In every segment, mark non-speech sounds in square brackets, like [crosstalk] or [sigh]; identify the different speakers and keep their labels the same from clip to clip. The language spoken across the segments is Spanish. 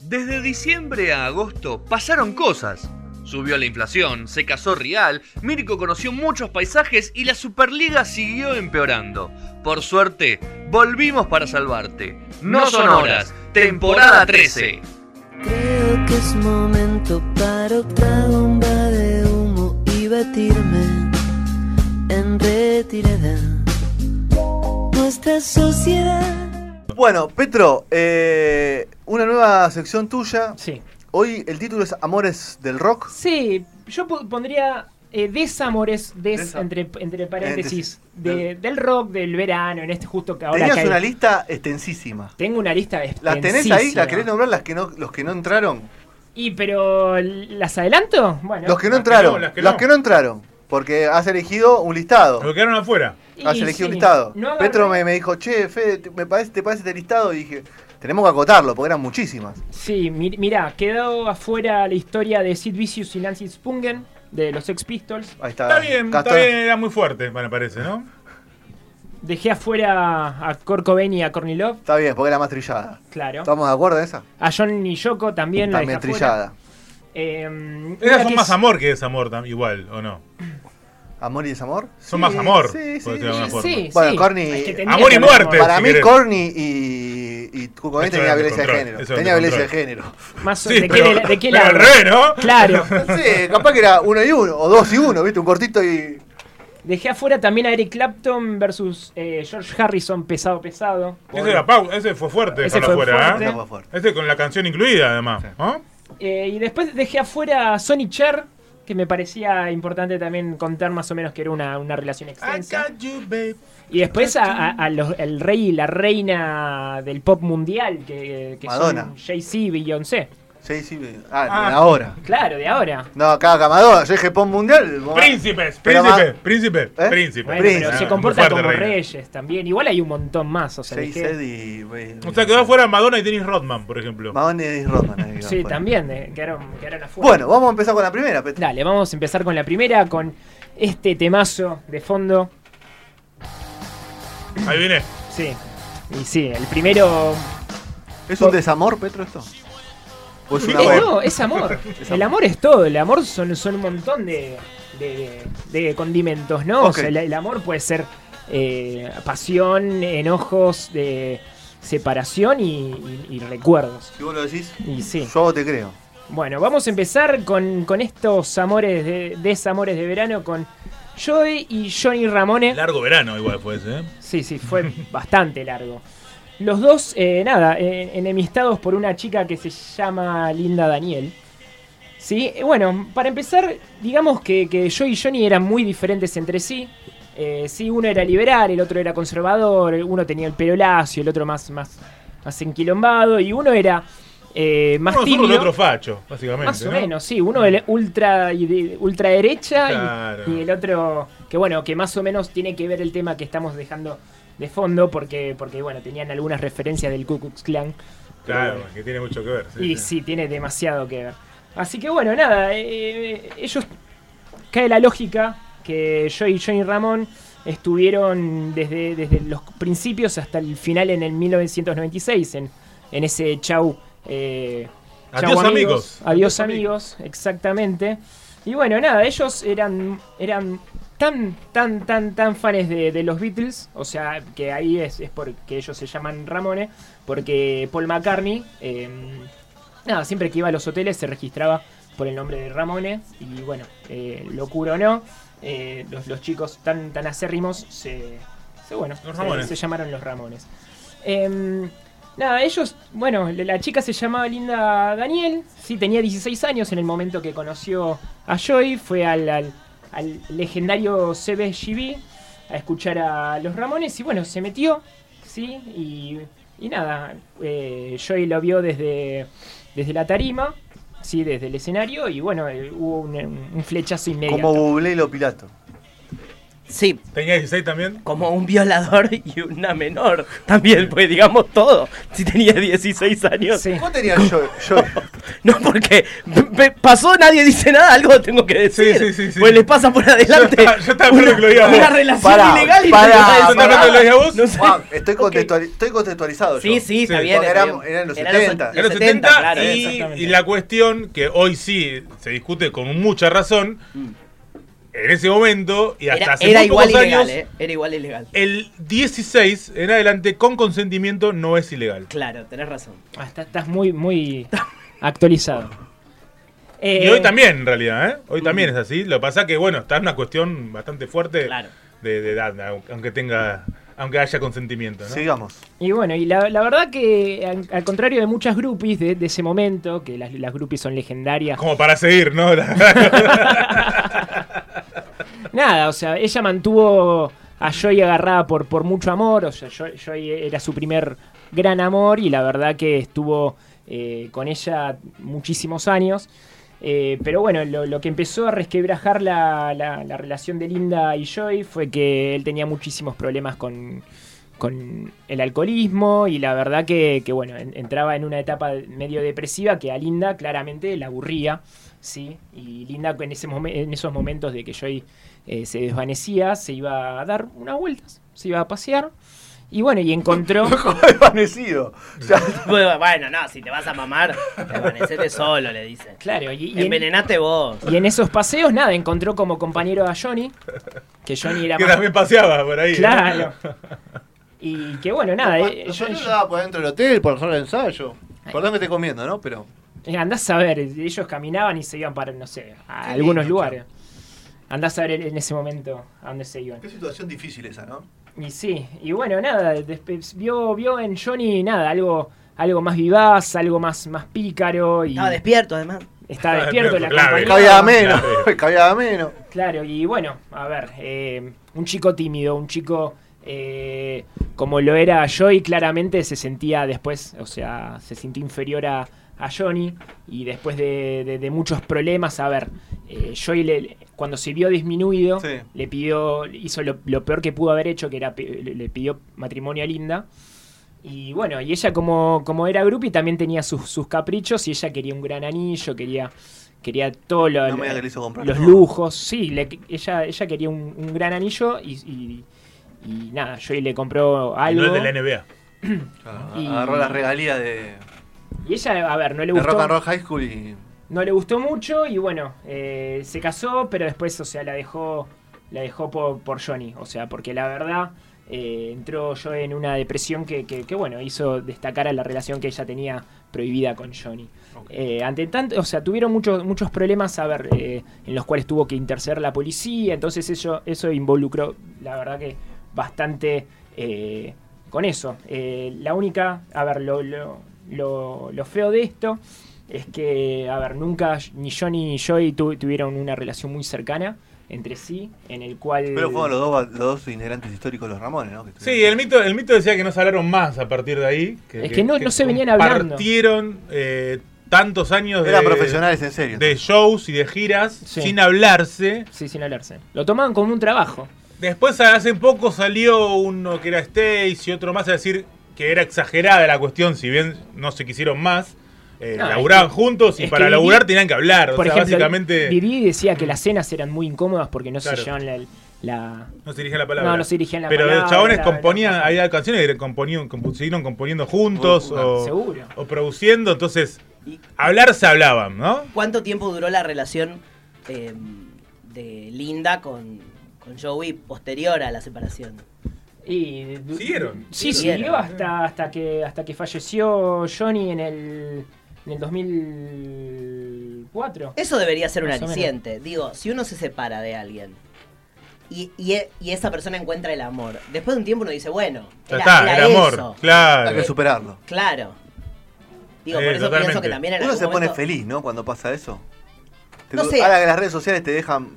Speaker 1: Desde diciembre a agosto pasaron cosas. Subió la inflación, se casó Rial, Mirko conoció muchos paisajes y la Superliga siguió empeorando. Por suerte, volvimos para salvarte. No son horas, temporada 13.
Speaker 2: Creo que es momento para otra bomba de humo y batirme en retirada. Nuestra sociedad.
Speaker 3: Bueno, Petro, eh, una nueva sección tuya.
Speaker 4: Sí.
Speaker 3: Hoy el título es Amores del Rock.
Speaker 4: Sí, yo po- pondría eh, desamores, des,
Speaker 3: Desa-
Speaker 4: entre, entre
Speaker 3: Paréntesis.
Speaker 4: paréntesis, de- del rock, del verano, en este justo que ahora
Speaker 3: Tenías
Speaker 4: cae-
Speaker 3: una lista extensísima.
Speaker 4: Tengo una lista de
Speaker 3: ¿La tenés ahí? ¿La querés nombrar las que no, los que no entraron?
Speaker 4: Y pero, ¿las adelanto? Bueno.
Speaker 3: Los que no
Speaker 5: las que
Speaker 3: entraron.
Speaker 5: no, las que
Speaker 3: los
Speaker 5: no.
Speaker 3: que no entraron. Porque has elegido un listado.
Speaker 5: Lo quedaron afuera.
Speaker 4: Ah. y
Speaker 3: Has elegido un
Speaker 4: sí,
Speaker 3: listado.
Speaker 4: no agarré-
Speaker 3: Petro me, me dijo, che, Fede, te- me parece, ¿te parece este listado? Y dije, tenemos que acotarlo, porque eran muchísimas.
Speaker 4: Sí, mi- mirá, quedó afuera la historia de Sid Vicious y Nancy Spungen, de los Sex Pistols.
Speaker 3: Ahí está.
Speaker 5: Está bien, está
Speaker 3: Gastón.
Speaker 5: bien, era muy fuerte, me parece, ¿no?
Speaker 4: Dejé afuera a Kurt Cobain y a Courtney Love,
Speaker 3: Está bien, porque era más trillada.
Speaker 4: claro.
Speaker 3: ¿Estamos de acuerdo en esa?
Speaker 4: A John y Yoko también, la
Speaker 3: También
Speaker 4: dejé afuera.
Speaker 3: trillada.
Speaker 4: Eh, una
Speaker 5: Esas son
Speaker 4: que
Speaker 5: más
Speaker 4: es-
Speaker 5: amor que desamor, tam- igual, ¿o no.
Speaker 3: ¿Amor y desamor?
Speaker 5: Son más amor,
Speaker 3: Sí, sí.
Speaker 5: por decirlo de alguna
Speaker 3: sí.
Speaker 5: forma.
Speaker 4: Sí,
Speaker 3: Bueno,
Speaker 4: sí.
Speaker 3: Corny-
Speaker 4: Es que tenía
Speaker 5: Amor y
Speaker 4: que ver
Speaker 5: muerte.
Speaker 4: con-
Speaker 3: Para
Speaker 5: si
Speaker 3: mí,
Speaker 5: querés.
Speaker 3: Corny y, y Kurt Cobain
Speaker 5: Eso
Speaker 3: tenía
Speaker 5: es de
Speaker 3: violencia de
Speaker 5: control,
Speaker 3: género.
Speaker 5: eso es
Speaker 3: Tenía
Speaker 5: de
Speaker 3: violencia de
Speaker 5: control.
Speaker 3: género.
Speaker 4: Más
Speaker 5: Sí,
Speaker 4: de,
Speaker 5: pero,
Speaker 4: qué, de qué
Speaker 5: pero
Speaker 4: lado.
Speaker 5: al revés, ¿no?
Speaker 4: Claro.
Speaker 3: [laughs] Sí, capaz que era uno y uno, o dos y uno, ¿viste? Un cortito y.
Speaker 4: Dejé afuera también a Eric Clapton versus eh, George Harrison, pesado, pesado.
Speaker 5: [laughs] Ese, era pau- ese fue fuerte
Speaker 4: Ese
Speaker 5: dejarlo
Speaker 4: fue
Speaker 5: afuera,
Speaker 4: fuerte.
Speaker 5: ¿eh?
Speaker 3: No fue fuerte.
Speaker 5: Este con la canción incluida, además. ¿no?
Speaker 4: Eh, y después dejé afuera a Sonny Cher, que me parecía importante también contar más o menos que era una, una relación extensa.
Speaker 5: you, babe.
Speaker 4: Y después a, a- a los- el rey y la reina del pop mundial, que, que
Speaker 3: Madonna.
Speaker 4: son Jay-Z y Beyoncé.
Speaker 3: Sí, sí. Ah,
Speaker 5: Ah.
Speaker 3: de ahora.
Speaker 4: Claro, de ahora.
Speaker 3: No, acá, acá, Madonna. Yo dije pon mundial. vamos.
Speaker 5: Príncipes,
Speaker 3: Pero
Speaker 5: príncipe,
Speaker 3: más-
Speaker 5: príncipe,
Speaker 3: ¿Eh?
Speaker 5: príncipe.
Speaker 4: Bueno,
Speaker 3: Prince,
Speaker 4: pero
Speaker 3: ah,
Speaker 4: se
Speaker 3: muy
Speaker 4: comportan
Speaker 5: fuerte,
Speaker 4: como
Speaker 5: reina.
Speaker 4: reyes también. Igual hay un montón más. O sea,
Speaker 3: Seis
Speaker 4: dejé-
Speaker 3: Ed y.
Speaker 5: O sea, quedó afuera Madonna y Dennis Rodman, por ejemplo.
Speaker 3: Madonna y Dennis Rodman. ahí quedó
Speaker 4: Sí,
Speaker 3: afuera.
Speaker 4: también eh, quedaron, quedaron afuera.
Speaker 3: Bueno, vamos a empezar con la primera, Petro.
Speaker 4: Dale, vamos a empezar con la primera, con este temazo de fondo.
Speaker 5: Ahí viene.
Speaker 4: Sí. Y sí, el primero.
Speaker 3: ¿Es un desamor, Petro, esto? ¿O es
Speaker 4: Eh,
Speaker 3: un amor?
Speaker 4: no,
Speaker 3: [laughs]
Speaker 4: es amor. El amor es todo. El amor son, son un montón de, de- de condimentos, ¿no? O
Speaker 3: Ok.
Speaker 4: sea, el, el amor puede ser eh, pasión, enojos, de separación y, y- y recuerdos.
Speaker 3: Si vos lo decís,
Speaker 4: Y sí.
Speaker 3: yo te creo.
Speaker 4: Bueno, vamos a empezar con, con estos amores, de, desamores de verano con Joey y Johnny Ramone.
Speaker 5: Largo verano, igual fue ese, ¿eh?
Speaker 4: Sí, sí,
Speaker 5: [laughs]
Speaker 4: fue bastante largo. Los dos, eh, nada, eh, enemistados por una chica que se llama Linda Daniel. Sí, eh, bueno, para empezar, digamos que, que yo y Johnny eran muy diferentes entre sí. Eh, sí, uno era liberal, el otro era conservador, uno tenía el pelo lacio, el otro más, más, más enquilombado, y uno era eh, más
Speaker 5: Uno zurdo y
Speaker 4: tímido.
Speaker 5: otro facho, básicamente.
Speaker 4: Más o
Speaker 5: ¿no?
Speaker 4: menos, sí. Uno de la ultra, y de ultraderecha y-
Speaker 5: Claro.
Speaker 4: y, el otro, que bueno, que más o menos tiene que ver el tema que estamos dejando de fondo porque, porque bueno, tenían algunas referencias del Ku Klux Klan.
Speaker 5: Claro, que tiene mucho que ver. sí,
Speaker 4: Y
Speaker 5: sí.
Speaker 4: sí, tiene demasiado que ver. Así que bueno, nada, eh, ellos cae la lógica que yo y Johnny Ramón estuvieron desde, desde los principios hasta el final en el 1996, en, en ese chau. eh,
Speaker 5: Adiós, amigos.
Speaker 4: Adiós amigos, exactamente. Y bueno, nada, ellos eran, eran tan, tan, tan, tan fans de, de los Beatles. O sea, que ahí es, es porque ellos se llaman Ramones. Porque Paul McCartney, eh, nada, siempre que iba a los hoteles se registraba por el nombre de Ramones. Y bueno, eh, locura o no, eh, los, los chicos tan, tan acérrimos se, se- bueno,
Speaker 5: Los
Speaker 4: se-
Speaker 5: Ramones.
Speaker 4: se llamaron los Ramones. Em, nada, ellos, bueno, la- la chica se llamaba Linda Daniel, sí, tenía 16 años en el momento que conoció a Joy, fue al, al- al legendario CBGB a escuchar a los Ramones y bueno, se metió, sí, y, y nada, eh, Joy lo vio desde, desde la tarima, sí, desde el escenario y bueno, eh, hubo un, un flechazo inmediato.
Speaker 3: Como Bublé y lo Pilato.
Speaker 6: Sí,
Speaker 5: ¿Tenía 16 también?
Speaker 6: como un violador y una menor. También, pues digamos todo. Si tenía 16 años.
Speaker 4: Sí.
Speaker 3: ¿Cómo tenía yo? yo?
Speaker 6: No, porque p- p- pasó, nadie dice nada, algo tengo que decir.
Speaker 5: Sí, sí, sí, sí.
Speaker 6: Pues le pasa por adelante.
Speaker 5: [laughs] Yo estaba- yo estaba esperando que lo digas
Speaker 6: una,
Speaker 5: vos.
Speaker 6: una relación
Speaker 3: Pará,
Speaker 6: ilegal y no
Speaker 3: pará,
Speaker 6: le va a
Speaker 5: ¿Yo
Speaker 6: decir
Speaker 5: también
Speaker 3: pará.
Speaker 5: te lo
Speaker 6: nada.
Speaker 5: dije a vos?
Speaker 6: No sé.
Speaker 3: [laughs] Guau, estoy,
Speaker 6: Ok.
Speaker 3: contextuali- estoy contextualizado.
Speaker 6: Sí,
Speaker 3: yo.
Speaker 6: sí, está
Speaker 5: Sí,
Speaker 6: bien.
Speaker 3: porque
Speaker 6: está
Speaker 3: eran-
Speaker 6: bien.
Speaker 3: eran los
Speaker 6: Eran los
Speaker 3: 70.
Speaker 5: En los
Speaker 6: 70,
Speaker 5: 70,
Speaker 6: claro,
Speaker 5: y,
Speaker 6: exactamente.
Speaker 5: y la cuestión que hoy sí se discute con mucha razón,
Speaker 6: Mm.
Speaker 5: en ese momento y hasta
Speaker 6: Era,
Speaker 5: hace
Speaker 6: era
Speaker 5: muy
Speaker 6: igual
Speaker 5: pocos
Speaker 6: ilegal,
Speaker 5: años,
Speaker 6: eh. Era igual ilegal.
Speaker 5: el 16 en adelante con consentimiento no es ilegal.
Speaker 6: Claro, tenés razón. [laughs]
Speaker 4: Ah, está- estás muy, muy actualizado.
Speaker 5: [laughs] Y
Speaker 4: Eh,
Speaker 5: hoy también, en realidad, ¿eh? Hoy también es así. Lo que pasa que, bueno, está en una cuestión bastante fuerte
Speaker 6: Claro.
Speaker 5: de, de edad, aunque tenga, aunque haya consentimiento,
Speaker 3: [laughs]
Speaker 5: ¿no?
Speaker 3: Sigamos.
Speaker 4: Y bueno, y la, la verdad que al, al contrario de muchas groupies de, de ese momento, que las, las groupies son legendarias,
Speaker 5: Como para seguir, ¿no? [laughs]
Speaker 4: nada, o sea, ella mantuvo a Joy agarrada por, por mucho amor, o sea, Joy, Joy era su primer gran amor y la verdad que estuvo eh, con ella muchísimos años. Eh, pero bueno, lo, lo que empezó a resquebrajar la, la- la relación de Linda y Joy fue que él tenía muchísimos problemas con, con el alcoholismo y la verdad que, que, bueno, en- entraba en una etapa medio depresiva que a Linda claramente la aburría, ¿sí? Y Linda en, ese momen- en esos momentos de que Joy eh, se desvanecía, se iba a dar unas vueltas, se iba a pasear y bueno, y
Speaker 5: [laughs]
Speaker 4: encontró...
Speaker 3: Desvanecido. O sea,
Speaker 6: Bueno, bueno, no, si te vas a mamar, permanecete solo, le dice.
Speaker 4: claro, y, y en,
Speaker 6: Envenenate vos.
Speaker 4: y en esos paseos, nada, encontró como compañero a Johnny, que Johnny era
Speaker 5: que
Speaker 4: más...
Speaker 5: también paseaba por ahí. ¿eh?
Speaker 4: Claro. Y que bueno, nada, eh,
Speaker 3: Nosotros
Speaker 4: yo- yo-
Speaker 3: estaba por dentro del hotel, por la zona de ensayo. Perdón que esté comiendo, ¿no? Pero.
Speaker 4: Eh, Andás a ver, ellos caminaban y se iban para, no sé, a
Speaker 3: Qué
Speaker 4: algunos
Speaker 3: lindo,
Speaker 4: lugares. Andás a ver en- en ese momento a dónde se iban.
Speaker 3: Qué situación difícil esa, ¿no?
Speaker 4: Y sí, y bueno, nada, despe- vio, vio en Johnny nada, algo, algo más vivaz, algo más, más pícaro y
Speaker 6: Estaba despierto, además.
Speaker 4: estaba despierto la
Speaker 5: Claro,
Speaker 4: compañía.
Speaker 3: Cabía menos, [laughs]
Speaker 5: Claro.
Speaker 3: cabía menos.
Speaker 4: Claro, y bueno, a ver, eh, un chico tímido, un chico eh, como lo era Joy, claramente se sentía después, o sea, se sintió inferior a, a Johnny y después de, de- de muchos problemas, a ver, eh, Joy le- cuando se vio disminuido,
Speaker 3: Sí.
Speaker 4: le pidió, hizo lo, lo peor que pudo haber hecho, que era, pe- le le pidió matrimonio a Linda. Y bueno, y ella como, como era groupie también tenía sus, sus caprichos y ella quería un gran anillo, quería, quería todo lo-
Speaker 3: No me digas que le hizo comprar
Speaker 4: los
Speaker 3: todo.
Speaker 4: lujos. Sí, le- ella, ella quería un, un gran anillo y, y, y nada, Joey le compró
Speaker 5: No
Speaker 4: algo.
Speaker 5: es de la NBA.
Speaker 4: Y-
Speaker 3: Agarró las regalías de,
Speaker 4: y ella, a ver, no le
Speaker 3: de Rock
Speaker 4: gustó. Eh.
Speaker 3: and Roll High School y.
Speaker 4: No le gustó mucho y bueno, eh, se casó, pero después, o sea, la dejó, la dejó por, por Johnny. O sea, porque la verdad eh, entró yo en una depresión que, que- que, bueno, hizo destacar a la relación que ella tenía prohibida con Johnny. Eh, ante tanto, o sea, tuvieron muchos muchos problemas, a ver, eh, en los cuales tuvo que interceder la policía, entonces eso, eso involucró, la verdad que bastante eh, con eso. Eh, la única, a ver, lo, lo- lo- lo feo de esto es que, a ver, nunca ni Johnny ni Joy tu- tuvieron una relación muy cercana entre sí, en el cual...
Speaker 3: Pero fueron los dos, los dos integrantes históricos de los Ramones, ¿no? Que
Speaker 5: Sí, el mito, el mito decía que no se hablaron más a partir de ahí.
Speaker 4: Es que no- no se venían hablando.
Speaker 5: Partieron eh, tantos años de,
Speaker 3: Eran profesionales en serio.
Speaker 5: de shows y de giras
Speaker 4: Sí.
Speaker 5: sin hablarse.
Speaker 4: Sí, sin hablarse. Lo tomaban como un trabajo.
Speaker 5: Después, hace poco salió uno que era Stace y otro más a decir que era exagerada la cuestión, si bien no se quisieron más. eh,
Speaker 4: No,
Speaker 5: laburaban
Speaker 4: es que-
Speaker 5: juntos y
Speaker 4: es
Speaker 5: para
Speaker 4: que
Speaker 5: laburar
Speaker 4: Didi-
Speaker 5: tenían que hablar. O
Speaker 4: Por
Speaker 5: sea,
Speaker 4: ejemplo,
Speaker 5: básicamente.
Speaker 4: Didi decía que las cenas eran muy incómodas porque no
Speaker 5: Claro.
Speaker 4: se llevaban la... la-
Speaker 5: No se dirigían la palabra.
Speaker 4: No, no se dirigían la
Speaker 5: Pero
Speaker 4: palabra,
Speaker 5: los chabones
Speaker 4: la-
Speaker 5: componían,
Speaker 4: la-
Speaker 5: había canciones que componían, compu- siguieron componiendo juntos
Speaker 3: Uh,
Speaker 5: o,
Speaker 4: Seguro.
Speaker 5: o produciendo, entonces
Speaker 6: ¿Y
Speaker 5: hablar se hablaban, ¿no?
Speaker 6: cuánto tiempo duró la relación eh, de Linda con, con Joey posterior a la separación?
Speaker 4: Y
Speaker 5: Siguieron.
Speaker 4: Sí,
Speaker 6: Siguieron.
Speaker 4: siguió hasta, hasta, que, hasta que falleció Johnny en el, en el 2004.
Speaker 6: Eso debería ser un
Speaker 4: Más o menos.
Speaker 6: aliciente. Digo, si uno se separa de alguien y, y e- y esa persona encuentra el amor, después de un tiempo uno dice, bueno,
Speaker 5: Ya
Speaker 6: era-
Speaker 5: está,
Speaker 6: era
Speaker 5: el amor,
Speaker 6: eso.
Speaker 5: claro.
Speaker 3: Hay que superarlo.
Speaker 6: Claro. Digo,
Speaker 5: Eh,
Speaker 6: por eso pienso
Speaker 5: totalmente.
Speaker 6: que también en
Speaker 3: Uno
Speaker 6: algún
Speaker 3: se pone
Speaker 6: momento-
Speaker 3: feliz, ¿no? Cuando pasa eso. Te-
Speaker 6: No sé.
Speaker 3: Ahora que las redes sociales te dejan.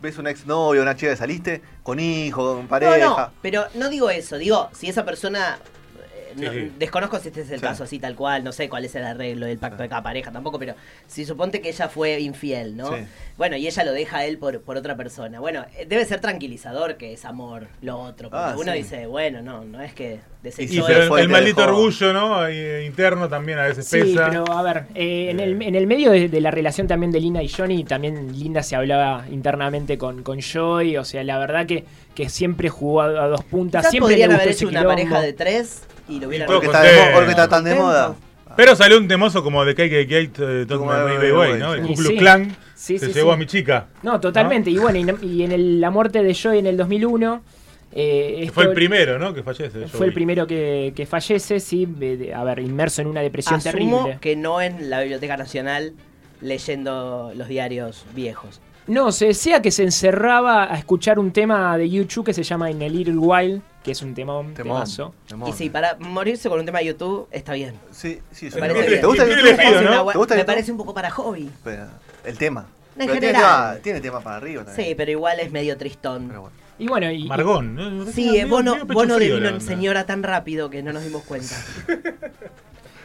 Speaker 3: Ves un exnovio, una chica que saliste, con hijo, con pareja.
Speaker 6: No, no, pero no digo eso. Digo, si esa persona eh, no-
Speaker 5: sí.
Speaker 6: desconozco si este es el
Speaker 3: Sí.
Speaker 6: caso así tal cual, no sé cuál es el arreglo del pacto de cada pareja tampoco, pero si suponte que ella fue infiel, ¿no?
Speaker 3: Sí.
Speaker 6: Bueno, y ella lo deja a él por, por otra persona. Bueno, eh, debe ser tranquilizador que es amor lo otro, porque
Speaker 3: Ah,
Speaker 6: uno
Speaker 3: sí.
Speaker 6: dice, bueno, no, no es que
Speaker 5: Y
Speaker 3: Y
Speaker 6: desechó
Speaker 3: se
Speaker 5: pero
Speaker 6: eso.
Speaker 3: fue,
Speaker 5: el
Speaker 3: te
Speaker 5: maldito
Speaker 3: dejó.
Speaker 5: orgullo, ¿no? Ahí, eh, Interno también a veces
Speaker 4: Sí,
Speaker 5: pesa.
Speaker 4: pero a ver, eh, en,
Speaker 5: Eh.
Speaker 4: el, en el medio de, de la relación también de Lina y Johnny, también Linda se hablaba internamente con, con Joy, o sea, la verdad que, que siempre jugó a, a dos puntas,
Speaker 6: Quizás
Speaker 4: siempre le
Speaker 6: podrían
Speaker 4: gustó
Speaker 6: haber
Speaker 4: ese
Speaker 6: hecho una
Speaker 4: quilombo.
Speaker 6: pareja de tres y lo hubieran
Speaker 5: todo
Speaker 3: Porque está, de mo-
Speaker 5: contento.
Speaker 3: porque está tan de moda.
Speaker 5: Pero salió un temoso como de Cake Gate, Talk
Speaker 3: Como
Speaker 5: My
Speaker 3: de
Speaker 5: Baby
Speaker 3: Baby
Speaker 5: Way,
Speaker 3: Way,
Speaker 5: ¿no? El
Speaker 4: sí.
Speaker 5: Ku
Speaker 4: Y
Speaker 5: Klux
Speaker 4: sí.
Speaker 5: Clan
Speaker 4: Sí,
Speaker 5: se
Speaker 4: sí,
Speaker 5: llevó
Speaker 4: sí.
Speaker 5: a mi chica.
Speaker 4: No, totalmente, y bueno, y, no- y en el- la muerte de Joy en el 2001... eh,
Speaker 5: Que
Speaker 4: esto-
Speaker 5: fue el primero, ¿no? Que fallece. yo
Speaker 4: Fue el
Speaker 5: vi.
Speaker 4: primero que, que fallece, sí, de- de- a ver, inmerso en una depresión
Speaker 6: Asumo
Speaker 4: terrible.
Speaker 6: que no en la Biblioteca Nacional leyendo los diarios viejos.
Speaker 4: No, se decía que se encerraba a escuchar un tema de YouTube que se llama In a Little While, que es un tema, un
Speaker 3: Temón,
Speaker 4: temazo.
Speaker 3: temón.
Speaker 6: Y si para morirse con un tema de YouTube está bien.
Speaker 3: Sí, sí,
Speaker 6: Me
Speaker 3: sí.
Speaker 6: parece
Speaker 5: bien.
Speaker 3: ¿Te gusta
Speaker 5: Sí,
Speaker 3: el
Speaker 5: sí, elegido,
Speaker 3: YouTube?
Speaker 5: ¿no?
Speaker 6: una gua-
Speaker 3: ¿Te gusta el
Speaker 6: me
Speaker 3: YouTube?
Speaker 6: parece un poco para hobby.
Speaker 3: Pero, el tema.
Speaker 6: No, en
Speaker 3: Pero tiene,
Speaker 6: general.
Speaker 3: tema, tiene tema para arriba también.
Speaker 6: Sí, pero igual es medio tristón.
Speaker 3: Pero bueno.
Speaker 4: Y bueno, y,
Speaker 5: Margón. ¿no?
Speaker 6: Sí, eh,
Speaker 5: Medio-
Speaker 6: vos no,
Speaker 5: medio pecho
Speaker 6: vos no
Speaker 5: frío,
Speaker 6: devino
Speaker 5: la
Speaker 6: en
Speaker 5: onda.
Speaker 6: señora tan rápido que no nos dimos cuenta.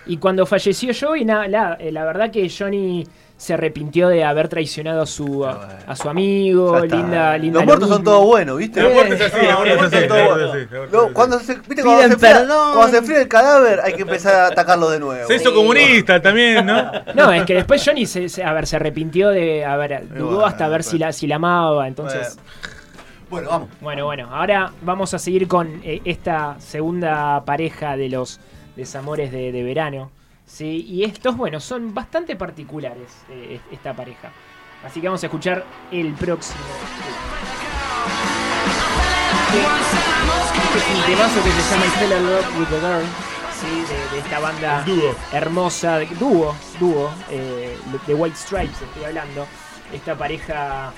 Speaker 4: y cuando falleció Joey, nada, la, eh, la verdad que Johnny se arrepintió de haber traicionado a su, a,
Speaker 3: Ah, bueno.
Speaker 4: a su amigo,
Speaker 3: Ya está.
Speaker 4: Oh, Linda, Linda.
Speaker 3: Los
Speaker 4: lo
Speaker 3: muertos son
Speaker 4: mismo.
Speaker 3: todos buenos, ¿viste?
Speaker 5: La muerte es así, la
Speaker 3: No,
Speaker 5: muerte es
Speaker 3: los
Speaker 5: así,
Speaker 3: muertos son
Speaker 5: la
Speaker 3: todos
Speaker 5: muerte es así, la muerte
Speaker 3: buenos.
Speaker 5: es
Speaker 3: No, Cuando se, ¿viste?
Speaker 6: Piden
Speaker 3: Cuando se, enfría,
Speaker 6: perdón.
Speaker 3: cuando se enfría el cadáver hay que empezar a atacarlo de nuevo.
Speaker 5: Se hizo
Speaker 6: Sí.
Speaker 5: comunista también, ¿no?
Speaker 4: No, es que después Johnny se, se- a ver, se arrepintió de. A ver, dudó
Speaker 3: bueno,
Speaker 4: hasta ver
Speaker 3: bueno.
Speaker 4: si, la, si la amaba. Entonces.
Speaker 3: Bueno, vamos.
Speaker 4: Bueno, bueno, ahora vamos a seguir con eh, esta segunda pareja de los desamores de, de verano. ¿sí? Y estos, bueno, son bastante particulares, eh, es- esta pareja. Así que vamos a escuchar el próximo. Este Es un temazo que se llama I Fell in Love with the Girl, ¿sí? de, de esta banda
Speaker 5: Dúo.
Speaker 4: hermosa, de- dúo, dúo, eh, de White Stripes estoy hablando, esta pareja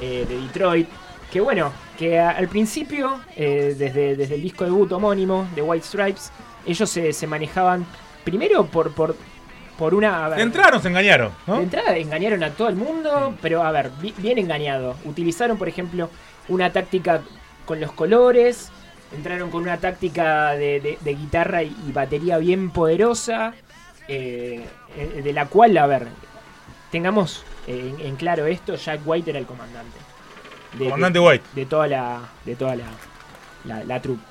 Speaker 4: eh, de Detroit, que bueno, que a- al principio, eh, desde, desde el disco debut homónimo de White Stripes, ellos se, se manejaban primero por, por, por una... a ver,
Speaker 5: De entrada nos engañaron,
Speaker 4: de
Speaker 5: ¿no?
Speaker 4: entrada engañaron a todo el mundo, pero a ver, bi- bien engañado. Utilizaron, por ejemplo, una táctica con los colores, entraron con una táctica de, de- de guitarra y, y batería bien poderosa, eh, eh, de la cual, a ver, tengamos eh, en, en claro esto, Jack White era el comandante. De- de-
Speaker 5: Comandante White.
Speaker 4: de toda la de toda la la, la troupe.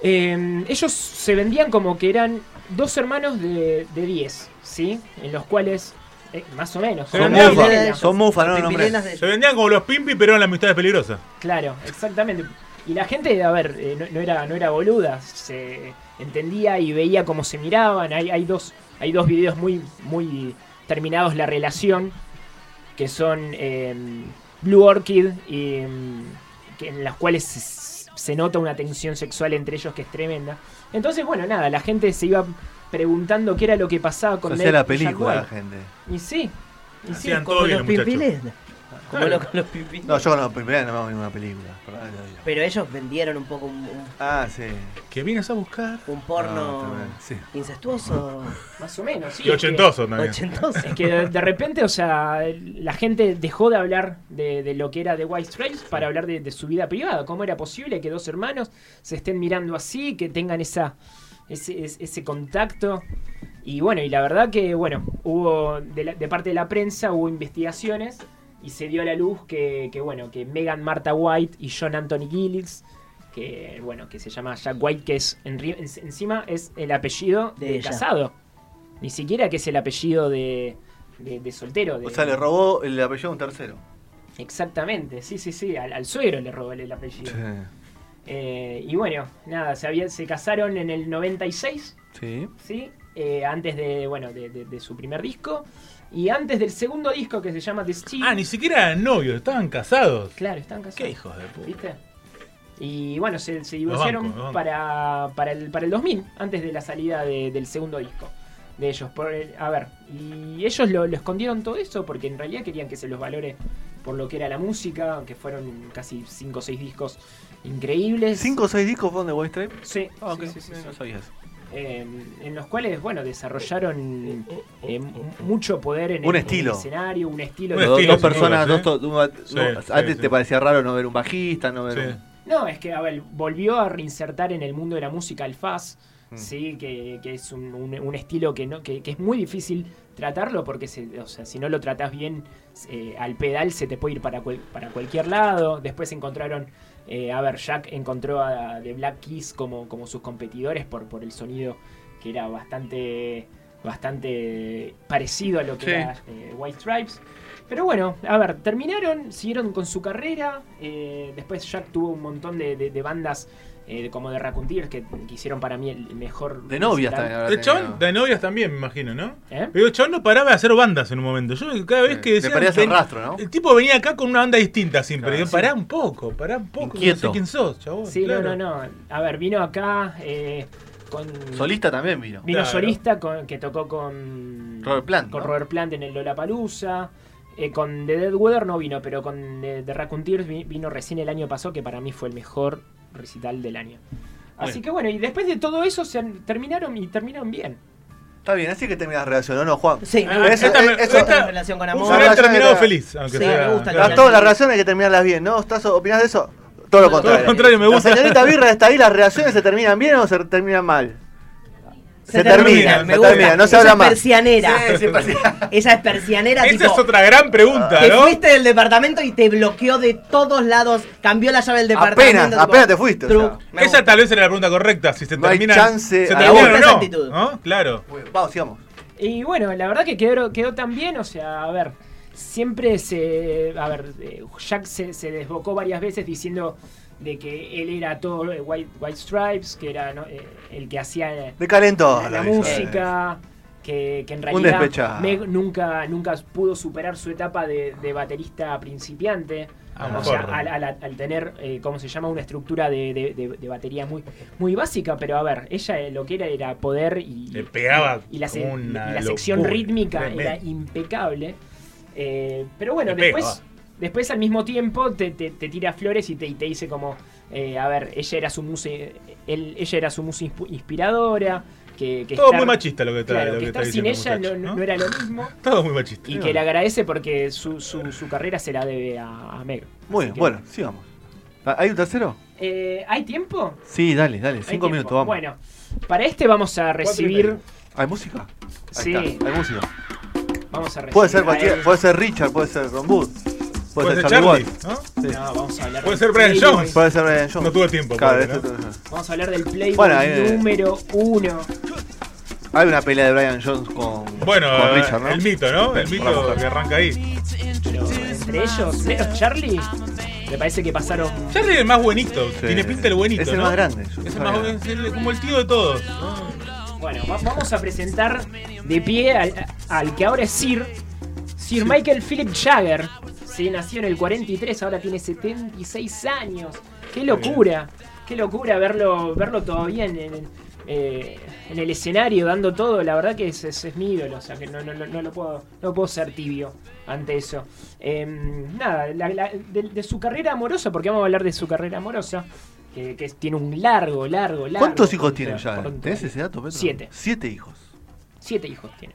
Speaker 4: Eh, ellos se vendían como que eran dos hermanos de de 10, ¿sí? En los cuales eh, más o menos.
Speaker 5: Son
Speaker 4: eran
Speaker 5: mufa,
Speaker 4: pipirelas.
Speaker 3: Son mufa, no, no, hombre.
Speaker 6: Pipirelas de-
Speaker 5: Se vendían como los pimpi, pero en las amistades peligrosas.
Speaker 4: Claro, exactamente. Y la gente, a ver, eh, no, no era, no era boluda, se entendía y veía cómo se miraban. Hay, hay, dos, hay dos videos muy, muy terminados la relación, que son eh, Blue Orchid, y, mm, que en las cuales se, se nota una tensión sexual entre ellos que es tremenda. Entonces, bueno, nada, la gente se iba preguntando qué era lo que pasaba con
Speaker 3: Hacía la
Speaker 4: Nate y Jack
Speaker 3: película, la
Speaker 4: White.
Speaker 3: gente.
Speaker 4: Y sí, y sí.
Speaker 5: Hacían todo
Speaker 6: Como
Speaker 5: bien
Speaker 6: los
Speaker 5: los muchachos.
Speaker 6: pimpiles. Como los, los pimpiles.
Speaker 3: No, yo con la primera no me hago ninguna película. por ahí lo digo.
Speaker 6: Pero ellos vendieron un poco un, un-
Speaker 3: Ah, sí.
Speaker 5: Que vienes a buscar.
Speaker 6: un
Speaker 3: No,
Speaker 6: porno
Speaker 3: también, sí.
Speaker 6: incestuoso,
Speaker 4: Más o menos, sí.
Speaker 5: Y
Speaker 4: es que-
Speaker 5: ochentoso también.
Speaker 6: ochentoso.
Speaker 3: [laughs]
Speaker 4: Es que de, de repente, o sea, la gente dejó de hablar de, de lo que era de White Stripes para hablar de, de su vida privada. ¿Cómo era posible que dos hermanos se estén mirando así, que tengan esa, ese, es- ese contacto? Y bueno, y la verdad que, bueno, hubo, de, la- de parte de la prensa hubo investigaciones y se dio a la luz que, que, bueno, que Megan Martha White y John Anthony Gillis, que, bueno, que se llama Jack White, que es, en ri- en- encima es el apellido
Speaker 6: De
Speaker 4: de,
Speaker 6: ella.
Speaker 4: casado. Ni siquiera que es el apellido de, de, de soltero. De,
Speaker 3: O sea, le robó el apellido a un tercero.
Speaker 4: Exactamente, sí, sí, sí. Al, al suegro le robó el, el apellido. Eh, y bueno, nada, se, había- se casaron en el 96,
Speaker 3: Sí.
Speaker 4: ¿sí? Eh, antes de, bueno, de, de- de su primer disco. Y antes del segundo disco que se llama The Steel.
Speaker 5: Ah, ni siquiera eran novios, estaban casados.
Speaker 4: Claro, están casados.
Speaker 5: Qué hijos de puta.
Speaker 4: ¿Viste? Y bueno, se, se divorciaron
Speaker 5: banco, los banco.
Speaker 4: Para, para, el, para el 2000, antes de la salida de- del segundo disco de ellos. Por el- a ver, y ellos lo, lo escondieron todo eso porque en realidad querían que se los valore por lo que era la música, que fueron casi 5 o 6 discos increíbles.
Speaker 3: ¿Cinco o seis discos fueron de White Stripe?
Speaker 4: Sí,
Speaker 3: Ah, ok.
Speaker 4: sí, sí, sí, sí.
Speaker 3: No sabía eso.
Speaker 4: Eh, en los cuales, bueno, desarrollaron eh, m- mucho poder en,
Speaker 3: Un
Speaker 4: el, en
Speaker 3: esstilo.
Speaker 4: el escenario, un estilo.
Speaker 5: Un
Speaker 3: Dos-
Speaker 5: estilo,
Speaker 3: dos
Speaker 5: sin
Speaker 3: personas,
Speaker 5: dudas, ¿eh?
Speaker 3: dos, to- una-
Speaker 5: Sí,
Speaker 3: no,
Speaker 5: sí,
Speaker 3: antes
Speaker 5: sí.
Speaker 3: te parecía raro no ver un bajista, no ver
Speaker 5: Sí.
Speaker 3: un...
Speaker 4: No, es que, a ver, volvió a reinsertar en el mundo de la música el fuzz, sí, que, que es un, un- un estilo que, no, que, que es muy difícil tratarlo porque se- o sea, si no lo tratás bien eh, al pedal se te puede ir para, cual- para cualquier lado. Después encontraron, eh, a ver, Jack encontró a The Black Keys como, como sus competidores por, por el sonido que era bastante bastante parecido a lo que
Speaker 1: Sí.
Speaker 4: era eh, White Stripes. Pero bueno, a ver, terminaron, siguieron con su carrera. eh, después Jack tuvo un montón de, de- de bandas eh, como de Raccoon Tears que, que hicieron para mí el mejor.
Speaker 7: De novias también
Speaker 4: recital.
Speaker 7: habrá
Speaker 5: El
Speaker 7: tenido.
Speaker 5: chabón de novias también, me imagino, ¿no?
Speaker 4: ¿Eh?
Speaker 5: Pero el chabón no paraba de hacer bandas en un momento. Yo cada vez
Speaker 7: Sí.
Speaker 5: que
Speaker 7: Le
Speaker 5: decía.
Speaker 7: perdías el rastro, ¿no?
Speaker 5: El tipo venía acá con una banda distinta siempre.
Speaker 7: Claro,
Speaker 5: Digo,
Speaker 7: sí.
Speaker 5: pará un poco, pará un poco. que No
Speaker 7: Inquieto.
Speaker 5: sé quién sos, chabón.
Speaker 4: Sí,
Speaker 5: claro.
Speaker 4: no, no, no. A ver, vino acá eh, con.
Speaker 7: Solista también vino.
Speaker 4: Vino
Speaker 5: Claro.
Speaker 4: solista con- que tocó con.
Speaker 7: Robert Plant,
Speaker 4: Con
Speaker 7: ¿no?
Speaker 4: Robert Plant en el Lollapalooza. Eh, con The Dead Weather no vino, pero con eh, The Raccoon Tears vi- vino recién el año pasado, que para mí fue el mejor recital del año. Así
Speaker 7: Bueno.
Speaker 4: que bueno, y después de todo eso se han- terminaron y terminaron bien.
Speaker 3: Está bien, así que terminas la relación, ¿no, no, Juan?
Speaker 6: Sí,
Speaker 5: Ah,
Speaker 6: me
Speaker 3: eso- eh,
Speaker 6: gusta
Speaker 5: me-
Speaker 3: eso-
Speaker 6: esta
Speaker 5: esta-
Speaker 6: relación con
Speaker 5: Un
Speaker 6: amor.
Speaker 3: Una
Speaker 5: final
Speaker 3: relación
Speaker 5: terminado
Speaker 3: era-
Speaker 5: feliz,
Speaker 6: Sí,
Speaker 5: aunque sea.
Speaker 6: me gusta el
Speaker 5: claro.
Speaker 3: Las- Todas las relaciones hay que terminarlas bien, ¿no? ¿Estás, ¿Opinás de eso? Todo lo
Speaker 6: Todo
Speaker 5: Todo
Speaker 3: contrario.
Speaker 5: lo contrario, me
Speaker 3: La
Speaker 5: gusta.
Speaker 3: señorita Birra está ahí, las relaciones se terminan bien o se terminan mal. Se termina,
Speaker 5: me
Speaker 3: se termina, no se
Speaker 6: Esa
Speaker 3: habla
Speaker 6: es
Speaker 3: más.
Speaker 6: persianera.
Speaker 7: Sí, sí, parecía-
Speaker 6: [laughs] Esa es persianera,
Speaker 5: Esa
Speaker 6: tipo,
Speaker 5: es otra gran pregunta,
Speaker 6: Te
Speaker 5: ¿no?
Speaker 6: fuiste del departamento y te bloqueó de todos lados. Cambió la llave del departamento.
Speaker 3: Apenas, apenas te fuiste, o
Speaker 6: truc.
Speaker 3: sea.
Speaker 6: Me
Speaker 5: Esa
Speaker 6: gusta.
Speaker 5: tal vez era la pregunta correcta. Si se
Speaker 3: No hay
Speaker 5: termina.
Speaker 3: chance
Speaker 5: ¿Se
Speaker 3: a
Speaker 5: termina
Speaker 6: vos.
Speaker 5: o
Speaker 6: Esa
Speaker 5: no?
Speaker 6: actitud.
Speaker 5: ¿No? Claro.
Speaker 3: Bueno, Vamos, sigamos.
Speaker 4: Y bueno, la verdad que quedó, quedó tan bien, o sea, a ver, siempre se. A ver, eh, Jack se, se desbocó varias veces diciendo de que él era todo eh, White, White Stripes, que era ¿no? eh, el que hacía eh,
Speaker 3: De calentón.
Speaker 4: la,
Speaker 3: lo hizo.
Speaker 4: música, que, que en
Speaker 3: Un
Speaker 4: realidad
Speaker 3: despechado.
Speaker 4: Meg nunca, nunca pudo superar su etapa de, de baterista principiante.
Speaker 5: Ah,
Speaker 4: o sea,
Speaker 5: mejor.
Speaker 4: al, al- al tener, eh, ¿cómo se llama? Una estructura de, de- de- de batería muy, muy básica, pero a ver, ella eh, lo que era era poder y,
Speaker 5: Le pegaba
Speaker 4: y la, se-
Speaker 5: como una
Speaker 4: y la sección
Speaker 5: locura,
Speaker 4: rítmica
Speaker 5: tremendo.
Speaker 4: era impecable. Eh, pero bueno,
Speaker 5: Le pega,
Speaker 4: después, después al mismo tiempo te, te- te tira flores y te, y te dice como, eh, a ver, ella era su musa, él- ella era su musa insp- inspiradora, que, que
Speaker 5: Todo
Speaker 4: estar-
Speaker 5: muy machista lo que está,
Speaker 4: claro,
Speaker 5: lo
Speaker 4: que
Speaker 5: que está
Speaker 4: estar sin
Speaker 5: diciendo.
Speaker 4: ella
Speaker 5: muchacho,
Speaker 4: no, no-
Speaker 5: ¿no?
Speaker 4: no era lo mismo.
Speaker 5: Todo muy machista.
Speaker 4: Y que le agradece porque su, su- su carrera se la debe a, a Meg.
Speaker 3: eh. Muy
Speaker 4: Así
Speaker 3: bien,
Speaker 4: que-
Speaker 3: bueno, sigamos. Ah, ¿Hay un tercero?
Speaker 4: Eh, ¿Hay tiempo?
Speaker 3: Sí, dale, dale,
Speaker 4: Hay
Speaker 3: cinco
Speaker 4: tiempo.
Speaker 3: minutos, vamos.
Speaker 4: Bueno, para este vamos a recibir...
Speaker 5: medio.
Speaker 3: ¿Hay música? Ahí
Speaker 4: Sí.
Speaker 3: está, hay música.
Speaker 4: Vamos a recibir
Speaker 3: Puede ser
Speaker 4: a este.
Speaker 3: cualquiera,
Speaker 4: él.
Speaker 3: puede ser Richard, puede ser Ron Wood, puede,
Speaker 5: Puede
Speaker 3: ser
Speaker 5: ser
Speaker 3: Charlie
Speaker 5: Pues Charlie,
Speaker 3: Watts,
Speaker 5: ¿no?
Speaker 4: No, vamos a hablar
Speaker 5: Puede
Speaker 4: de-
Speaker 5: ser Brian
Speaker 4: Sí,
Speaker 5: Jones.
Speaker 3: puede ser Brian Jones.
Speaker 5: No tuve tiempo,
Speaker 3: Claro,
Speaker 5: pobre,
Speaker 3: este-
Speaker 4: Vamos a hablar del Playboy
Speaker 3: Bueno, ahí-
Speaker 4: número uno.
Speaker 3: hay una pelea de Brian Jones con,
Speaker 5: Bueno, eh,
Speaker 3: con Richard, ¿no?
Speaker 5: el mito, ¿no? El mito que arranca ahí.
Speaker 4: Pero entre ellos, menos Charlie, me parece que pasaron.
Speaker 5: Charlie es el más buenito.
Speaker 3: Sí.
Speaker 5: Tiene pinta el buenito.
Speaker 3: Es el
Speaker 5: ¿no?
Speaker 3: más grande. yo
Speaker 5: Es el
Speaker 3: sabía.
Speaker 5: más es el- como el tío de todos.
Speaker 4: Bueno, va- vamos a presentar de pie al, al que ahora es Sir, Sir Michael Philip Jagger. Se nació en el 43, ahora tiene 76 años. ¡Qué locura! ¡Qué locura verlo, verlo todavía en el, eh, en el escenario dando todo! La verdad que es, es- es mi ídolo, o sea que no, no- no- no lo puedo, no puedo ser tibio ante eso. Eh, nada, la- la- de, de su carrera amorosa, porque vamos a hablar de su carrera amorosa. Que, que tiene un largo, largo, largo.
Speaker 3: ¿Cuántos hijos tiene
Speaker 4: Claro,
Speaker 3: ya?
Speaker 4: ¿cuántos?
Speaker 3: ¿Tenés ese dato, Petro?
Speaker 4: Siete.
Speaker 3: Siete hijos.
Speaker 4: Siete hijos tiene.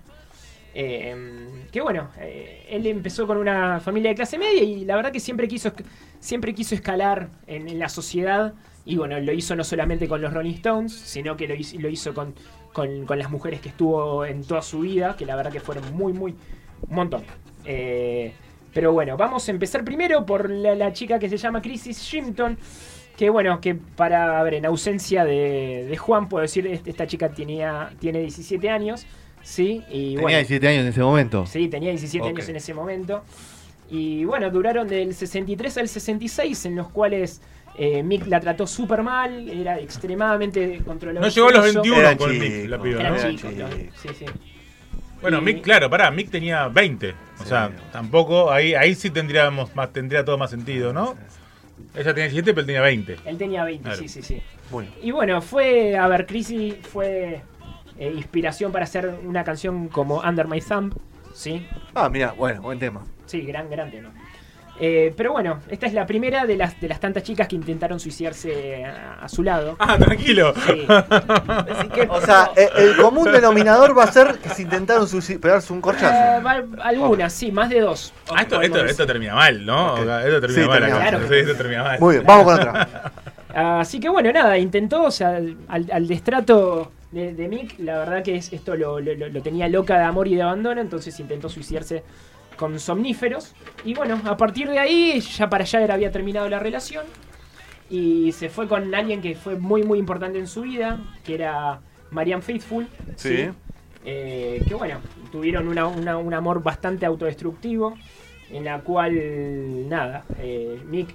Speaker 4: Eh, que bueno, eh, él empezó con una familia de clase media y la verdad que siempre quiso, esc- siempre quiso escalar en, en la sociedad. Y bueno, lo hizo no solamente con los Rolling Stones, sino que lo hizo, lo hizo con, con- con las mujeres que estuvo en toda su vida, que la verdad que fueron muy, muy, un montón. Eh, pero bueno, vamos a empezar primero por la, la chica que se llama Crisis Shimpton. Que bueno, que para, a ver, en ausencia de, de Juan, puedo decir, este- esta chica tenía, tiene 17 años, ¿sí? Y
Speaker 3: Tenía
Speaker 4: bueno,
Speaker 3: 17 años en ese momento.
Speaker 4: Sí, tenía 17
Speaker 3: Ok.
Speaker 4: años en ese momento. Y bueno, duraron del 63 al 66, en los cuales eh, Mick la trató súper mal, era extremadamente controlador.
Speaker 5: No llegó a los
Speaker 4: celoso.
Speaker 5: 21
Speaker 3: Eran
Speaker 5: con Mick,
Speaker 3: chicos,
Speaker 5: la piba,
Speaker 4: Era
Speaker 5: ¿no?
Speaker 3: eran
Speaker 4: chico,
Speaker 3: chico.
Speaker 4: claro, sí, sí.
Speaker 5: Bueno,
Speaker 4: Y-
Speaker 5: Mick, claro, pará, Mick tenía 20. O
Speaker 3: Sí.
Speaker 5: sea, tampoco, ahí, ahí sí tendríamos más, tendría todo más sentido, ¿no? Ella tenía 17, pero él tenía 20.
Speaker 4: Él tenía 20,
Speaker 5: Claro.
Speaker 4: sí, sí, sí.
Speaker 3: Bueno.
Speaker 4: Y bueno, fue, a ver, Chrissy fue eh, inspiración para hacer una canción como Under My Thumb, ¿sí?
Speaker 3: Ah, mira, bueno, buen tema.
Speaker 4: Sí, gran, gran tema. Eh, pero bueno, esta es la primera de las, de las tantas chicas que intentaron suicidarse a, a su lado.
Speaker 5: Ah, tranquilo.
Speaker 4: Sí. Así que,
Speaker 3: O sea, eh, el común denominador va a ser que se intentaron suici- pegarse un
Speaker 4: eh,
Speaker 3: corchazo.
Speaker 4: va- algunas, sí, más de dos.
Speaker 5: Ah, esto,
Speaker 4: podemos
Speaker 5: esto, esto
Speaker 4: decir.
Speaker 5: termina mal, ¿no?
Speaker 3: Ok.
Speaker 5: Esto termina
Speaker 3: Sí,
Speaker 5: mal.
Speaker 3: termina
Speaker 5: acá.
Speaker 4: mal.
Speaker 5: Sí, esto termina
Speaker 3: [laughs]
Speaker 5: mal.
Speaker 3: Muy bien, vamos con otra.
Speaker 4: Así que bueno, nada, intentó, o sea, al, al destrato de, de Mick, la verdad que es, esto lo, lo- lo- lo tenía loca de amor y de abandono, entonces intentó suicidarse con somníferos. Y bueno, a partir de ahí, ya para allá era, había terminado la relación. Y se fue con alguien que fue muy, muy importante en su vida, que era Marianne Faithful.
Speaker 7: Sí.
Speaker 4: Eh, que bueno, tuvieron una- una- un amor bastante autodestructivo, en la cual, nada, eh, Mick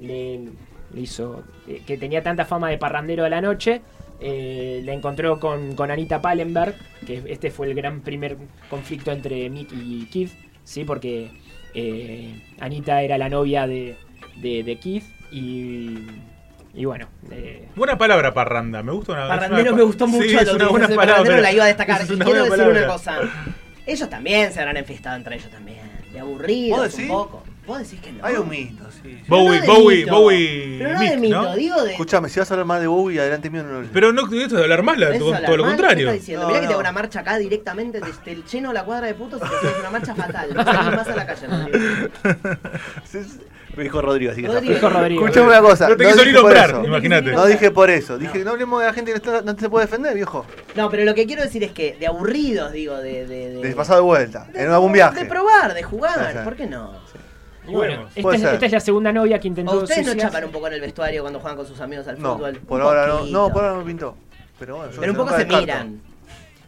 Speaker 4: le, le hizo, eh, que tenía tanta fama de parrandero de la noche, eh, la encontró con, con Anita Pallenberg, que este fue el gran primer conflicto entre Mick y Keith, ¿sí? porque eh, Anita era la novia de, de, de Keith y, y bueno, eh,
Speaker 5: Buena palabra, parranda. Me gusta una es
Speaker 6: Parrandero
Speaker 5: una-
Speaker 6: me gustó
Speaker 5: Sí,
Speaker 6: mucho.
Speaker 5: es
Speaker 6: lo
Speaker 5: una
Speaker 6: que
Speaker 5: buena
Speaker 6: dijiste,
Speaker 5: palabra.
Speaker 6: Parrandero la iba a destacar.
Speaker 5: Es
Speaker 6: Y
Speaker 5: una
Speaker 6: quiero
Speaker 5: buena
Speaker 6: decir una
Speaker 5: palabra.
Speaker 6: cosa. Ellos también se habrán enfiestado entre ellos también. De aburridos
Speaker 3: ¿Vos
Speaker 6: un
Speaker 3: decís?
Speaker 6: poco. Vos decís que no.
Speaker 3: Hay un mito, sí.
Speaker 6: Pero
Speaker 5: Bowie,
Speaker 6: no de
Speaker 5: Bowie,
Speaker 6: mito.
Speaker 5: Bowie.
Speaker 6: Pero no de
Speaker 5: Mick,
Speaker 6: mito,
Speaker 5: ¿no?
Speaker 6: digo de.
Speaker 3: Escúchame, si vas a hablar más de Bowie, adelante mío no lo
Speaker 5: Pero no esto de hablar mal, la-
Speaker 6: Eso,
Speaker 5: todo,
Speaker 6: la
Speaker 5: todo lo
Speaker 6: marcha
Speaker 5: contrario.
Speaker 6: está diciendo,
Speaker 3: No,
Speaker 6: mirá que
Speaker 3: no.
Speaker 6: te hago una marcha acá directamente desde el lleno a la cuadra de putos y te haces una marcha fatal. No salís más a la calle. Rodrigo.
Speaker 3: Sí, sí. Me dijo Rodrigo, así que
Speaker 6: Rodrigo.
Speaker 4: dijo Rodrigo.
Speaker 3: Escuchame una cosa.
Speaker 5: No te quiso ni
Speaker 3: dije por
Speaker 5: nombrar,
Speaker 3: eso.
Speaker 5: imagínate.
Speaker 3: No dije por eso. Dije, no, hablemos de la gente que no, está- no se puede defender, viejo.
Speaker 6: No, pero lo que quiero decir es que de aburridos, digo, de. de, de-
Speaker 3: Les pasado de vuelta,
Speaker 6: de-
Speaker 3: en algún
Speaker 6: De
Speaker 3: viaje.
Speaker 6: probar, de jugar.
Speaker 3: Ajá.
Speaker 6: ¿Por qué no?
Speaker 4: y bueno,
Speaker 5: Bueno,
Speaker 4: esta
Speaker 3: puede
Speaker 4: es,
Speaker 3: ser.
Speaker 4: esta es la segunda novia que intentó
Speaker 6: ¿O ustedes no
Speaker 4: suicidarse.
Speaker 6: chapan un poco en el vestuario cuando juegan con sus amigos al
Speaker 3: No,
Speaker 6: fútbol?
Speaker 3: por
Speaker 6: Un
Speaker 3: ahora no.
Speaker 6: poquito.
Speaker 3: No, por ahora no pintó. Pero bueno, yo
Speaker 6: Pero un
Speaker 3: nunca
Speaker 6: poco se
Speaker 3: descarto.
Speaker 6: miran.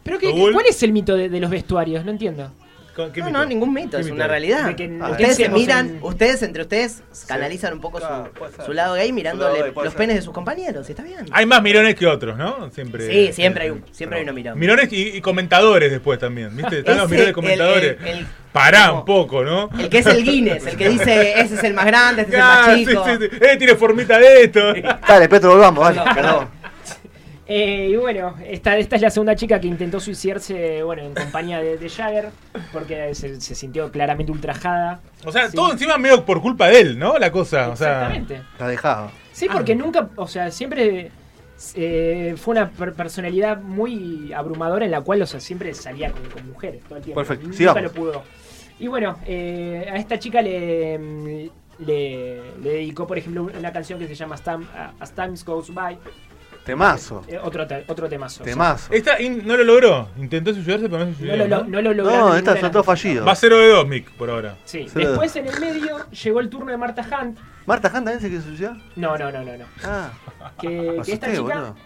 Speaker 4: Pero que-
Speaker 5: Raúl.
Speaker 4: ¿cuál es el mito de, de los vestuarios? No entiendo.
Speaker 5: ¿Con- qué
Speaker 6: No,
Speaker 5: mito?
Speaker 6: no, ningún mito,
Speaker 5: ¿Qué
Speaker 6: es
Speaker 5: mito
Speaker 6: una
Speaker 5: hay?
Speaker 6: realidad.
Speaker 4: De que
Speaker 3: Ah,
Speaker 6: ustedes se
Speaker 4: pensemos
Speaker 6: miran,
Speaker 4: en-
Speaker 6: ustedes entre ustedes canalizan un poco
Speaker 3: Claro,
Speaker 6: su,
Speaker 3: puede ser.
Speaker 6: su lado gay mirándole
Speaker 3: Su lado gay, puede
Speaker 6: los
Speaker 3: ser.
Speaker 6: penes de sus compañeros, y está bien.
Speaker 5: Hay más mirones que otros, ¿no? Siempre.
Speaker 6: Sí, siempre hay un- siempre hay uno mirón.
Speaker 5: Mirones y, y comentadores después también, ¿viste? Están los
Speaker 6: Ese,
Speaker 5: mirones comentadores.
Speaker 6: el- el-
Speaker 5: Pará
Speaker 6: como-
Speaker 5: un poco, ¿no?
Speaker 6: El que es el Guinness, el que dice, ese es el más grande, este es el
Speaker 5: [laughs] Ah,
Speaker 6: más
Speaker 5: sí,
Speaker 6: chico.
Speaker 5: sí, sí. Eh, tiene formita de esto.
Speaker 3: Dale, Petro, volvamos, dale. Perdón.
Speaker 4: Eh, y bueno, esta, esta es la segunda chica que intentó suicidarse, bueno, en compañía de, de Jagger, porque se, se sintió claramente ultrajada.
Speaker 5: O sea,
Speaker 4: Sí.
Speaker 5: todo encima medio por culpa de él, ¿no? La cosa. O sea,
Speaker 4: Exactamente.
Speaker 3: La dejaba.
Speaker 4: Sí, porque nunca, o sea, siempre eh, fue una per- personalidad muy abrumadora en la cual, o sea, siempre salía con, con mujeres todo el tiempo.
Speaker 3: Perfecto,
Speaker 4: Nunca
Speaker 3: sigamos.
Speaker 4: lo pudo. Y bueno, eh, a esta chica le, le, le dedicó, por ejemplo, una canción que se llama As Time- As Times Goes By,
Speaker 3: Temazo.
Speaker 4: eh, otro, te- otro temazo. o sea,
Speaker 3: Temazo.
Speaker 5: esta in- no lo logró. Intentó suicidarse, pero no se
Speaker 4: No
Speaker 5: suicidó.
Speaker 4: lo,
Speaker 5: ¿no?
Speaker 4: lo- no lo lograron.
Speaker 3: No, estas
Speaker 4: ninguna
Speaker 3: son todos
Speaker 4: de las-
Speaker 5: Va
Speaker 3: fallidos.
Speaker 5: 0 de 2, Mick, por ahora.
Speaker 4: Sí.
Speaker 3: Sí.
Speaker 4: Después en el medio llegó el turno de Marta Hunt.
Speaker 3: Marta Hunt también se quiso suicidar.
Speaker 4: No, no, no, no, no.
Speaker 3: Ah,
Speaker 4: Que,
Speaker 3: me
Speaker 4: que esta
Speaker 3: asusté,
Speaker 4: chica.
Speaker 3: boludo.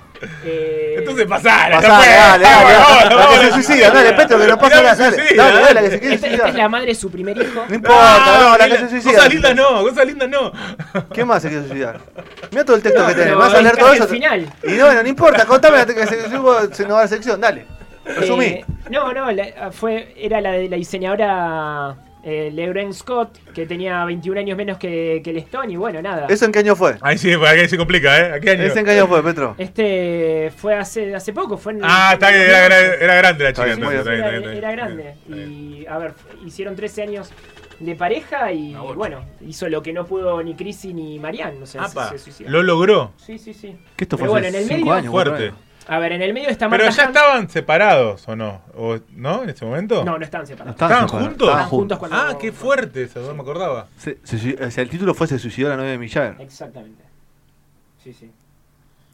Speaker 4: eh,
Speaker 5: Entonces pasala.
Speaker 3: Pasá,
Speaker 5: no fue.
Speaker 3: dale, dale,
Speaker 5: Vamos,
Speaker 3: dale. La
Speaker 5: vamos,
Speaker 3: que se
Speaker 5: vamos.
Speaker 3: suicida, dale, Petro, que no pasa
Speaker 5: Mirá,
Speaker 3: nada.
Speaker 5: se
Speaker 3: Dale,
Speaker 5: suicida,
Speaker 3: dale, dale, que se
Speaker 5: dale.
Speaker 3: quiere
Speaker 4: esta, esta es
Speaker 3: suicidar.
Speaker 4: la madre de su primer hijo.
Speaker 3: No
Speaker 5: Ah,
Speaker 3: importa, no, la que se
Speaker 5: linda-
Speaker 3: suicida.
Speaker 5: Cosas lindas no, cosas lindas no.
Speaker 3: ¿Qué más se quiere suicidar? Mira todo el texto que tenés,
Speaker 4: pero
Speaker 3: vas a leer
Speaker 4: es
Speaker 3: todo
Speaker 4: casi
Speaker 3: eso.
Speaker 4: el final.
Speaker 3: Y no, bueno, no importa, contame la que se subo, se nos va la sección, dale. Resumí.
Speaker 4: Eh, no, no, la- fue, era la de la diseñadora eh, Lebron Scott, que tenía 21 años menos que, que el Stone, y bueno, nada.
Speaker 3: ¿Eso en qué año fue?
Speaker 5: Ahí sí, para que se complica, ¿eh? ¿A qué año?
Speaker 3: ¿Ese en qué año fue, Petro?
Speaker 4: Este fue hace, hace poco, fue en.
Speaker 5: Ah, está bien, era, era- era grande la
Speaker 3: Está
Speaker 5: chica.
Speaker 3: bien,
Speaker 5: entonces,
Speaker 3: muy
Speaker 5: está bien,
Speaker 4: era,
Speaker 5: está bien,
Speaker 4: era
Speaker 5: está bien,
Speaker 4: grande.
Speaker 5: está bien.
Speaker 4: Y a ver, hicieron 13 años de pareja y
Speaker 5: Una bocha.
Speaker 4: bueno, hizo lo que no pudo ni Chrissy ni Marianne. O sea, se-
Speaker 5: Apa,
Speaker 4: se suicidó.
Speaker 5: Lo logró.
Speaker 4: Sí, sí, sí.
Speaker 7: Que esto fue
Speaker 4: Pero bueno,
Speaker 7: hace
Speaker 4: en el
Speaker 7: cinco
Speaker 4: medio-
Speaker 7: años.
Speaker 5: Fuerte.
Speaker 7: boludo.
Speaker 4: A ver, en el medio está Marta
Speaker 5: Pero ya
Speaker 4: Hunt.
Speaker 5: estaban separados o no? ¿O, ¿No? ¿En ese momento?
Speaker 4: No, no estaban
Speaker 7: No estaban
Speaker 4: separados.
Speaker 5: ¿Estaban
Speaker 7: separados,
Speaker 5: juntos?
Speaker 7: estaban
Speaker 4: Estaban juntos cuando.
Speaker 5: Ah, qué fuerte eso, no me acordaba.
Speaker 7: Se- se suicidó- o sea, el título fue Se suicidó la novia de Millaver.
Speaker 4: Exactamente. Sí, sí.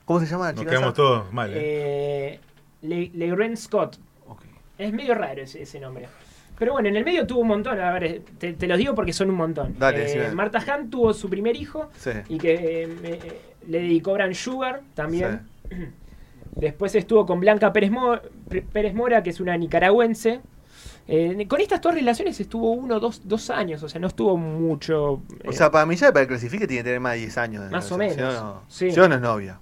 Speaker 3: ¿Cómo se llama la
Speaker 5: Nos
Speaker 3: chica?
Speaker 5: quedamos
Speaker 3: esa?
Speaker 5: todos mal, ¿eh?
Speaker 4: Eh, Le- Legrand Scott.
Speaker 7: Ok.
Speaker 4: Es medio raro ese, ese nombre. Pero bueno, en el medio tuvo un montón. A ver, eh, te, te los digo porque son un montón.
Speaker 3: Dale,
Speaker 4: Eh,
Speaker 3: decime.
Speaker 4: Marta Hunt tuvo su primer hijo
Speaker 3: Sí.
Speaker 4: y que eh, me- eh, le dedicó Bran Sugar también.
Speaker 3: sí.
Speaker 4: [clears throat] Después estuvo con Blanca Pérez, Mo- P- Pérez Mora, que es una nicaragüense. Eh, con estas dos relaciones estuvo uno, dos, dos años, o sea, no estuvo mucho. eh,
Speaker 3: O sea, para mí ya para que clasifique tiene que tener más de 10 años. de
Speaker 4: Más o
Speaker 3: relación,
Speaker 4: menos,
Speaker 3: Si no, no-
Speaker 4: sí.
Speaker 3: si no, no es novia.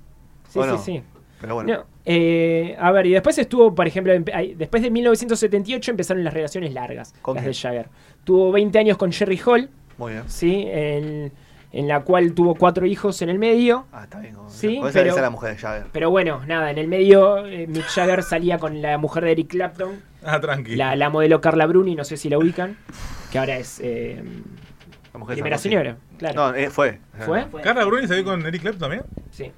Speaker 4: sí,
Speaker 3: bueno.
Speaker 4: sí, sí.
Speaker 3: Pero bueno.
Speaker 4: No, eh, a ver, y después estuvo, por ejemplo, empe- ay, después de 1978 empezaron las relaciones largas,
Speaker 3: ¿Con
Speaker 4: las
Speaker 3: quién?
Speaker 4: de Jagger. Tuvo 20 años con Jerry Hall,
Speaker 3: Muy bien.
Speaker 4: ¿sí? En, en la cual tuvo cuatro hijos en el medio.
Speaker 3: Ah, está bien. como-
Speaker 4: Sí,
Speaker 3: Con esa
Speaker 4: pero-
Speaker 3: esa es la mujer de Jagger.
Speaker 4: Pero bueno, nada, en el medio eh, Mick Jagger salía con la mujer de Eric Clapton,
Speaker 5: Ah, tranqui.
Speaker 4: la, la modelo Carla Bruni, no sé si la ubican, que ahora es eh,
Speaker 3: La mujer de
Speaker 4: primera
Speaker 3: Sarkozy.
Speaker 4: señora, claro.
Speaker 3: No, eh, fue.
Speaker 4: ¿Fue?
Speaker 5: ¿Carla Bruni salió con Eric Clapton también?
Speaker 4: Sí.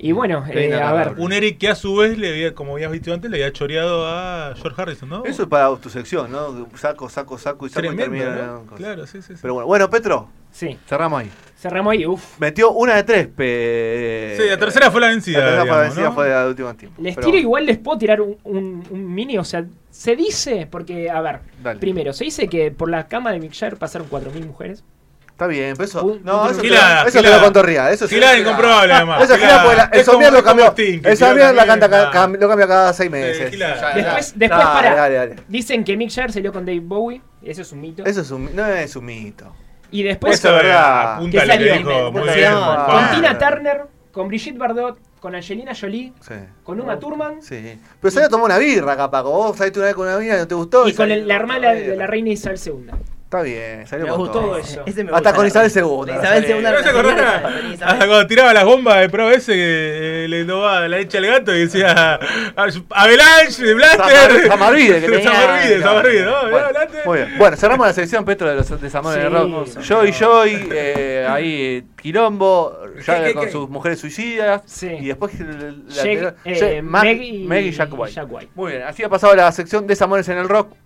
Speaker 4: Y bueno,
Speaker 3: Qué
Speaker 4: eh, a ver.
Speaker 3: inagotable.
Speaker 5: Un Eric que a su vez, le había, como habías visto antes, le había choreado a George Harrison, ¿no?
Speaker 3: Eso es para tu sección, ¿no? Saco, saco, saco y saco
Speaker 5: tremendo.
Speaker 3: y termina.
Speaker 5: ¿no?
Speaker 3: en cosas.
Speaker 5: Claro, sí, sí. sí.
Speaker 3: Pero bueno, bueno, Petro,
Speaker 4: Sí,
Speaker 3: cerramos ahí.
Speaker 4: cerramos ahí. Uf.
Speaker 3: Metió una de tres. Pe...
Speaker 5: Sí, la tercera fue la
Speaker 3: eh, La
Speaker 5: vencida.
Speaker 3: tercera fue la
Speaker 5: digamos,
Speaker 3: vencida,
Speaker 5: ¿no?
Speaker 3: fue la última tiempo.
Speaker 4: Les
Speaker 3: Pero
Speaker 4: tiro
Speaker 3: bueno.
Speaker 4: igual, les puedo tirar un, un- un mini, o sea, se dice, porque, a ver,
Speaker 3: Dale.
Speaker 4: primero, se dice que por la cama de Mick Jagger pasaron 4.000 mujeres.
Speaker 3: Está bien, pero eso.
Speaker 4: Un-
Speaker 3: no,
Speaker 4: un-
Speaker 3: eso,
Speaker 5: Gilada,
Speaker 3: te, lo- eso te
Speaker 5: Gilada.
Speaker 3: lo contó Rial. Eso sí.
Speaker 5: Gilada incomprobable, además.
Speaker 3: Eso es Gilada, porque la, el
Speaker 5: es como-
Speaker 3: Sommier lo
Speaker 5: es como
Speaker 3: cambió.
Speaker 5: Sting, que
Speaker 3: el
Speaker 5: Gilada
Speaker 3: Sommier la
Speaker 5: también,
Speaker 3: canta, ca-
Speaker 5: ah.
Speaker 3: cam- lo cambia cada seis
Speaker 5: Sí,
Speaker 3: meses.
Speaker 5: Gilada.
Speaker 8: Ya, ya.
Speaker 4: Después, después
Speaker 3: Ah, Dale,
Speaker 4: pará.
Speaker 3: dale, dale.
Speaker 4: Dicen que Mick Jagger se lió con Dave Bowie, eso es un mito.
Speaker 3: Eso es un, no es un mito.
Speaker 4: y después
Speaker 5: Eso
Speaker 3: es
Speaker 5: es
Speaker 3: verdad.
Speaker 5: verdad.
Speaker 4: Que
Speaker 5: Apunta lo que
Speaker 4: salió.
Speaker 5: dijo. Muy
Speaker 6: Porque
Speaker 5: bien.
Speaker 6: se llama-
Speaker 5: Juan
Speaker 4: con
Speaker 5: Pablo.
Speaker 4: Tina Turner, con Brigitte Bardot, con Angelina Jolie,
Speaker 3: Sí.
Speaker 4: con Uma Thurman
Speaker 3: Sí. Pero se había tomado una birra, capaz. como Vos saliste una vez con una birra y no te gustó.
Speaker 4: y con el- la hermana
Speaker 3: birra.
Speaker 4: de la reina Isabel II.
Speaker 3: Está bien, salió
Speaker 6: Me
Speaker 3: con
Speaker 6: gustó
Speaker 3: todo. [laughs]
Speaker 4: eso.
Speaker 6: Ese me
Speaker 3: Hasta
Speaker 6: gusta,
Speaker 3: con
Speaker 6: la
Speaker 3: Isabel
Speaker 6: verdad.
Speaker 3: II.
Speaker 6: Isabel II.
Speaker 5: ¿No se acordás? Hasta Ah, cuando tiraba las bombas de pro ese que eh, le tomaba la leche al gato y decía Avalanche, de Blaster.
Speaker 3: Samarvide,
Speaker 5: [laughs]
Speaker 3: que tenía-
Speaker 5: Samarvide, Samarvide, ¿no?
Speaker 3: Bueno,
Speaker 5: Mirá, Blaster.
Speaker 3: muy bien. Bueno, cerramos la sección Petro de los de Samuel
Speaker 4: Sí.
Speaker 3: de Rock. Joy Joy, eh, ahí Quilombo, ya
Speaker 5: qué,
Speaker 3: con
Speaker 5: qué?
Speaker 3: sus mujeres suicidas.
Speaker 4: Sí.
Speaker 3: Y después el- la
Speaker 4: Jack-
Speaker 3: anterior-
Speaker 4: eh,
Speaker 3: Jack- Mag-
Speaker 4: Meg y-
Speaker 3: Meg y Jack
Speaker 4: y
Speaker 3: White.
Speaker 4: Jack White.
Speaker 3: Muy bien, así ha pasado la sección de Samuel en el Rock.